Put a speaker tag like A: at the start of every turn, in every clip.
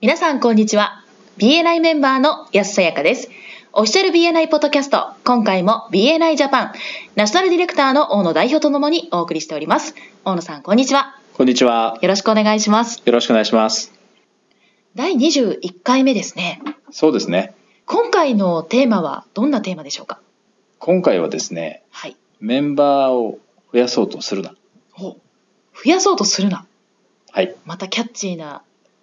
A: 皆さんこんにちは BNI メンバーの安さやかですオフィシャル BNI ポッドキャスト今回も BNI ジャパンナショナルディレクターの大野代表とともにお送りしております大野さんこんにちは
B: こんにちは。
A: よろしくお願いします
B: よろしくお願いします。
A: 第21回目ですね
B: そうですね。
A: 今回のテーマはどんなテーマでしょうか
B: 今回はですね、
A: はい
B: メンバーを増やそうとするな。
A: お増やそうとするな
B: はい。
A: またキャッチーな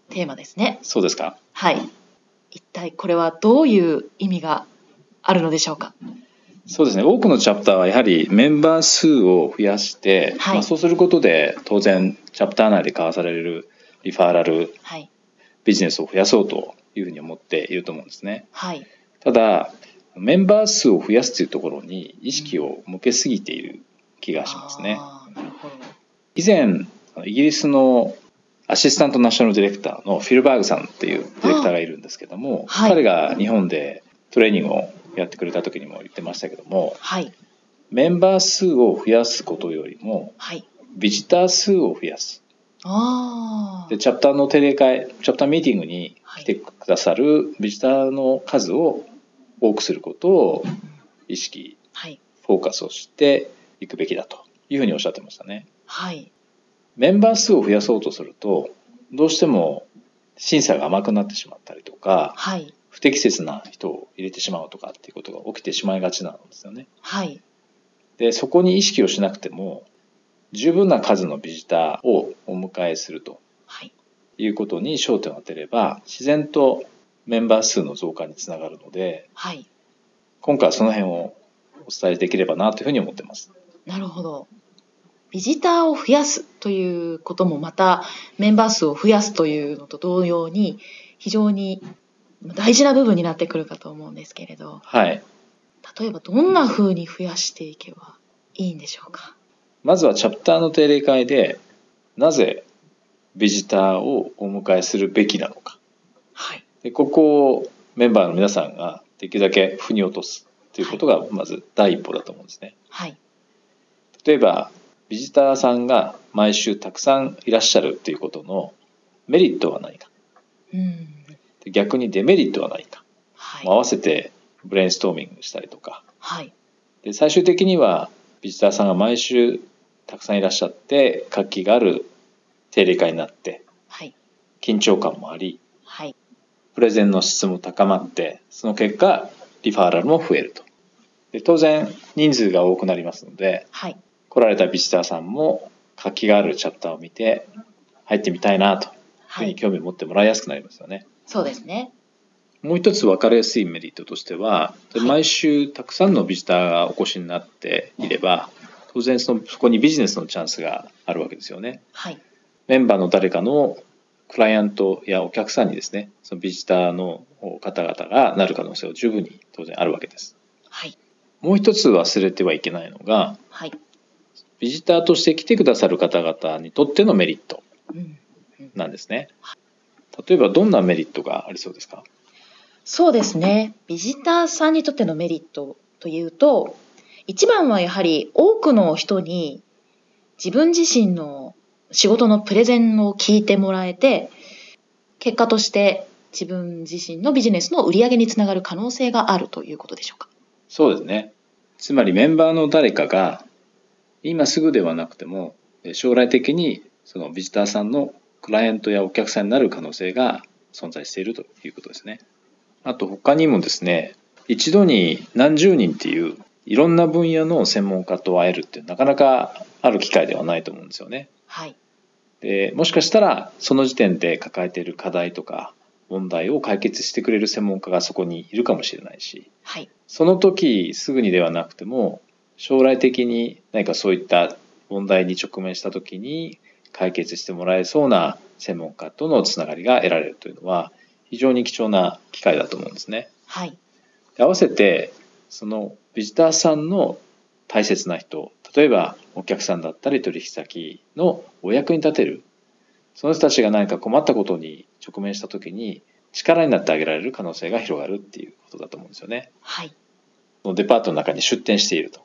A: テーマですね
B: そうですか。
A: はい一体これはどういう意味があるのでしょうか
B: そうですね。多くのチャプターはやはりメンバー数を増やして、
A: はい
B: まあそうすることで当然チャプター内で交わされるリファーラル
A: はい
B: ビジネスを増やそうというふうに思っていると思うんですね。
A: はい
B: ただ、メンバー数を増やすというところに意識を向けすぎている気がしますね。
A: あーなるほど
B: 以前あのイギリスのアシスタントナショナルディレクターのフィルバーグさんっていうディレクターがいるんですけども、
A: はい
B: 彼が日本でトレーニングをやってくれた時にも言ってましたけども
A: はい
B: メンバー数を増やすことよりも
A: はい
B: ビジター数を増やす
A: あ
B: でチャプターの定例会チャプターミーティングに来てくださるビジターの数を多くすることを意識
A: あはい
B: フォーカスをしていくべきだというふうにおっしゃってましたね。
A: はい
B: メンバー数を増やそうとするとどうしても審査が甘くなってしまったりとか
A: はい
B: 不適切な人を入れてしまうとかっていうことが起きてしまいがちなんですよね。
A: はい
B: でそこに意識をしなくても十分な数のビジターをお迎えすると
A: はい
B: いうことに焦点を当てれば自然とメンバー数の増加につながるので
A: はい
B: 今回はその辺をお伝えできればなというふうに思ってます。
A: なるほどビジターを増やすということもまたメンバー数を増やすというのと同様に非常に大事な部分になってくるかと思うんですけれど
B: はい、
A: 例えばどんな風に増やしていけばいいんでしょうか
B: まずはチャプターの定例会でなぜビジターをお迎えするべきなのか
A: はい
B: でここをメンバーの皆さんができるだけ腑に落とすということがまず第一歩だと思うんですね。
A: はい
B: 例えばビジターさんが毎週たくさんいらっしゃるということのメリットは何か
A: うん
B: で逆にデメリットは何か
A: はい
B: 合わせてブレインストーミングしたりとか
A: はい
B: で最終的にはビジターさんが毎週たくさんいらっしゃって活気がある定例会になって
A: はい
B: 緊張感もあり
A: はい
B: プレゼンの質も高まってその結果リファーラルも増えるとで当然人数が多くなりますので
A: はい
B: 来られたビジターさんも活気があるチャプターを見て入ってみたいなというふ
A: は
B: うに
A: い
B: 興味を持ってもらいやすくなりますよね、
A: そうですね
B: もう一つ分かりやすいメリットとしてはで
A: はい
B: 毎週たくさんのビジターがお越しになっていれば当然そのそこにビジネスのチャンスがあるわけですよね
A: はい
B: メンバーの誰かのクライアントやお客さんにですね、そのビジターの方々がなる可能性は十分に当然あるわけです。
A: はい
B: もう一つ忘れてはいけないのが、
A: はい
B: ビジターとして来てくださる方々にとってのメリット
A: うん
B: なんですね。例えばどんなメリットがありそうですか
A: そうですねビジターさんにとってのメリットというと一番はやはり多くの人に自分自身の仕事のプレゼンを聞いてもらえて結果として自分自身のビジネスの売り上げにつながる可能性があるということでしょうか。
B: そうですね。つまりメンバーの誰かが今すぐではなくてもえ将来的にそのビジターさんのクライアントやお客さんになる可能性が存在しているということですね。あと他にもですね、一度に何十人っていういろんな分野の専門家と会えるってなかなかある機会ではないと思うんですよね。
A: はい、
B: でもしかしたらその時点で抱えている課題とか問題を解決してくれる専門家がそこにいるかもしれないし、
A: はい、
B: その時すぐにではなくても将来的に何かそういった問題に直面した時に解決してもらえそうな専門家とのつながりが得られるというのは非常に貴重な機会だと思うんですね。
A: はい、
B: で合わせてそのビジターさんの大切な人例えばお客さんだったり取引先のお役に立てるその人たちが何か困ったことに直面した時に力になってあげられる可能性が広がるっていうことだと思うんですよね。
A: はい、
B: のデパートの中に出店していると。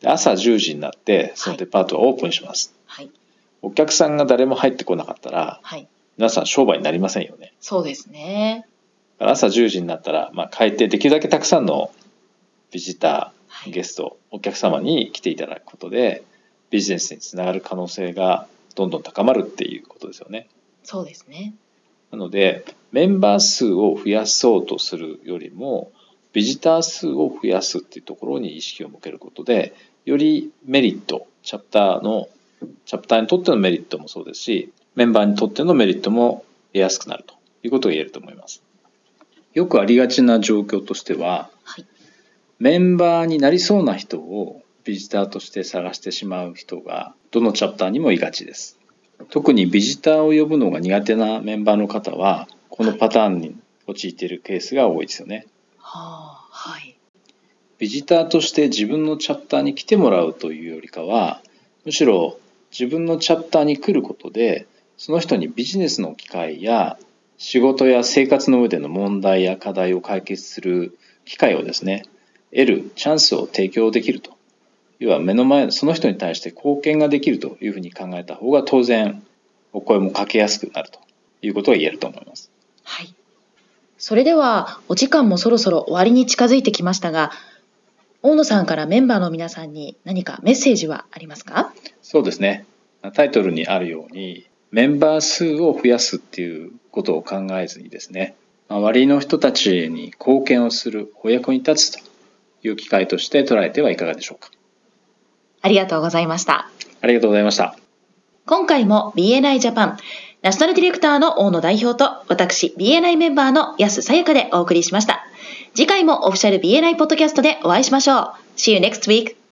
B: で朝10時になって、そのデパートはオープンします。
A: はい、
B: お客さんが誰も入ってこなかったら、
A: はい、
B: 皆さん商売になりませんよね。
A: そうですね。
B: だから朝10時になったら、まあ、帰ってできるだけたくさんのビジタ
A: は
B: ー
A: い。
B: ゲストお客様に来ていただくことでビジネスにつながる可能性がどんどん高まるっていうことですよね。
A: そうですね。
B: なのでメンバー数を増やそうとするよりもビジター数を増やすっていうところに意識を向けることでよりメリットチャプターのチャプターにとってのメリットもそうですしメンバーにとってのメリットも得やすくなるということが言えると思います。よくありがちな状況としては
A: はい。
B: メンバーになりそうな人をビジターとして探してしまう人がどのチャプターにもいがちです特にビジターを呼ぶのが苦手なメンバーの方はこのパターンに陥っているケースが多いですよね
A: はあ、はい。
B: ビジターとして自分のチャプターに来てもらうというよりかはむしろ自分のチャプターに来ることでその人にビジネスの機会や仕事や生活の上での問題や課題を解決する機会をですね得るチャンスを提供できると要は目の前のその人に対して貢献ができるというふうに考えた方が当然お声もかけやすくなるということが言えると思います。
A: はい。それでは、お時間もそろそろ終わりに近づいてきましたが、大野さんからメンバーの皆さんに何かメッセージはありますか
B: そうですねタイトルにあるようにメンバー数を増やすっていうことを考えずにですね周りの人たちに貢献をするお役に立つという機会として捉えてはいかがでしょうか
A: ありがとうございました。
B: ありがとうございました
A: 今回も BNI ジャパンナショナルディレクターの大野代表と私 BNI メンバーの安さやかでお送りしました。次回もオフィシャル BNI ポッドキャストでお会いしましょう。See you next week!